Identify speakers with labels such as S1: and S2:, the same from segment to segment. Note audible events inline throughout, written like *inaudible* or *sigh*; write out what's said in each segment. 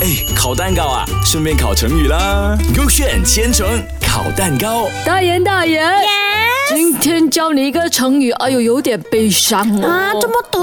S1: 哎，烤蛋糕啊，顺便烤成语啦。勾选千层烤蛋糕，
S2: 大言大言
S3: Yes
S2: 今天教你一个成语，哎呦，有点悲伤哦。
S3: 啊，这么毒！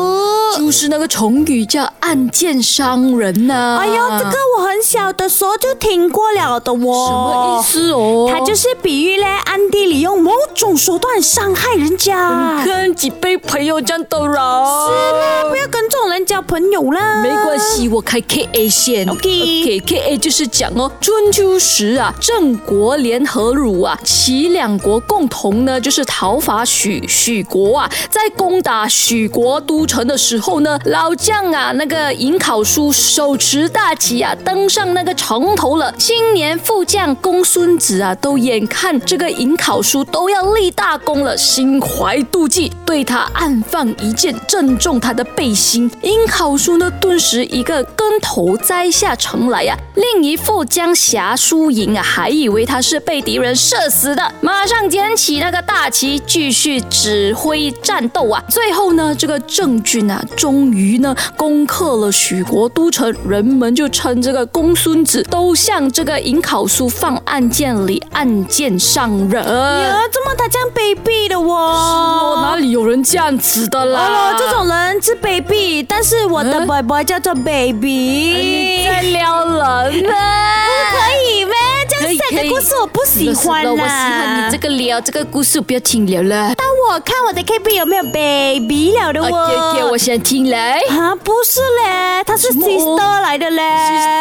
S2: 就是那个成语叫暗箭伤人呐、
S3: 哎呦，这个我很小的时候就听过了的哦。
S2: 什么意？思哦？
S3: 它就是比喻嘞，暗地里用某种手段伤害人家。
S2: 跟几杯朋友这样斗扰。
S3: 啊是啦，不要跟这种人交朋友啦。
S2: 没关。系，我开 K A 线。
S3: OK
S2: K A 就是讲哦，春秋时啊，郑国联合鲁啊，齐两国共同呢，就是讨伐许许国啊，在攻打许国都城的时候呢，老将啊，那个尹考叔手持大旗啊，登上那个城头了。青年副将公孙子啊，都眼看这个尹考叔都要立大功了，心怀妒忌，对他暗放一箭，正中他的背心。殷考叔呢，顿时一个跟头栽下城来呀、另一副将侠输赢啊，还以为他是被敌人射死的，马上捡起那个大旗，继续指挥战斗啊。最后呢，这个郑军啊，终于呢攻克了许国都城，人们就称这个公孙子都向这个尹考叔放暗箭里暗箭上人。
S3: 呀，怎么他啊这样卑鄙的
S2: 哦，
S3: 哦？
S2: 哪里有人这样子的啦？
S3: 哦，这种人是卑鄙，但是我的
S2: 嗯哎
S3: boy boy 叫做 baby。
S2: 你在撩人呢、
S3: 可以呗，这样下个故事我不啊喜欢啊啦。
S2: 我喜欢你这个聊这个故事，不要听了了。
S3: 当我看我的 KB 有没有 baby 了的
S2: 给啊给我
S3: 我。
S2: 先听来。
S3: 啊，不是嘞，他是
S2: 什么
S3: sister 来的嘞。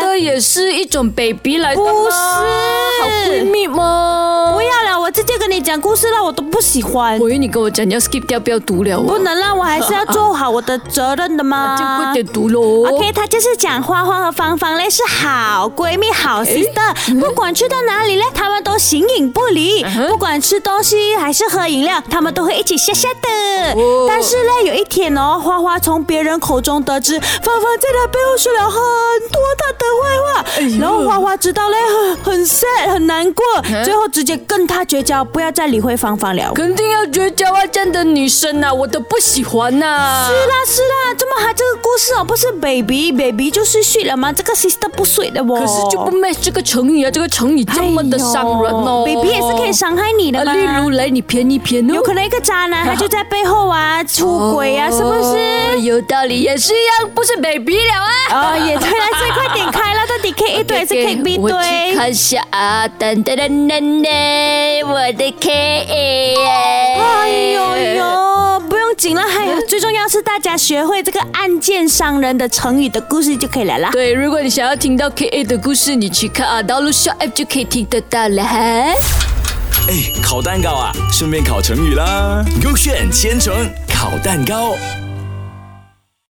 S2: 这也是一种 baby 来的吗
S3: 不是
S2: 好闺蜜吗？
S3: 不要了，我直接跟你讲故事了，我都不喜欢。
S2: 我以为啊你跟我讲你要 skip 掉，不要读了哦。
S3: 不能啊让我还是要做好我的责任的嘛。
S2: 啊就快点读喽。
S3: OK，她就是讲花花和芳芳嘞是好闺蜜、好 sister，不
S2: 嗯
S3: 管去到哪里嘞，她们都形影不离，不管吃东西还是喝饮料，她们都会一起笑笑的
S2: 哦。
S3: 但是嘞，有一天哦，花花从别人口中得知芳芳在她背后说了很多她
S2: 哎
S3: 的坏话，然后花花知道嘞，很很 sad 很难过，
S2: 嗯
S3: 最后直接跟她绝交，不要再理会芳芳了。
S2: 肯定要绝交啊！这样的女生啊，我都不喜欢啊呐、
S3: 是哦啦是啦，怎么他这个故事哦，不是 baby baby 就是睡了吗？这个 sister 不睡的哦，
S2: 可是就不 match 这个成语啊，这个成语这么的伤人哦。
S3: 哎呦 baby 也是可以伤害你的嘛。
S2: 啊，例如来你偏一偏哦，
S3: 有可能一个渣男他就在背后啊出轨啊，是不
S2: 哦
S3: 是？
S2: 有道理，也是一样，不是 baby 了啊。
S3: 哦，也对啦，所以快点开了，到底
S2: *laughs*
S3: K 一堆还是 K B
S2: 我去
S3: 堆？
S2: 看一下啊，噔噔噔噔噔，我的 K A。
S3: 哎呦呦，不用紧了，还有最重要是大家学会这个暗箭伤人的成语的故事就可以了啦。
S2: 对，如果你想要听到 K A 的故事，你去看啊，道路上 App 就可以听得到了哈。
S1: 哎，烤蛋糕啊，顺便烤成语啦。勾选千层烤蛋糕。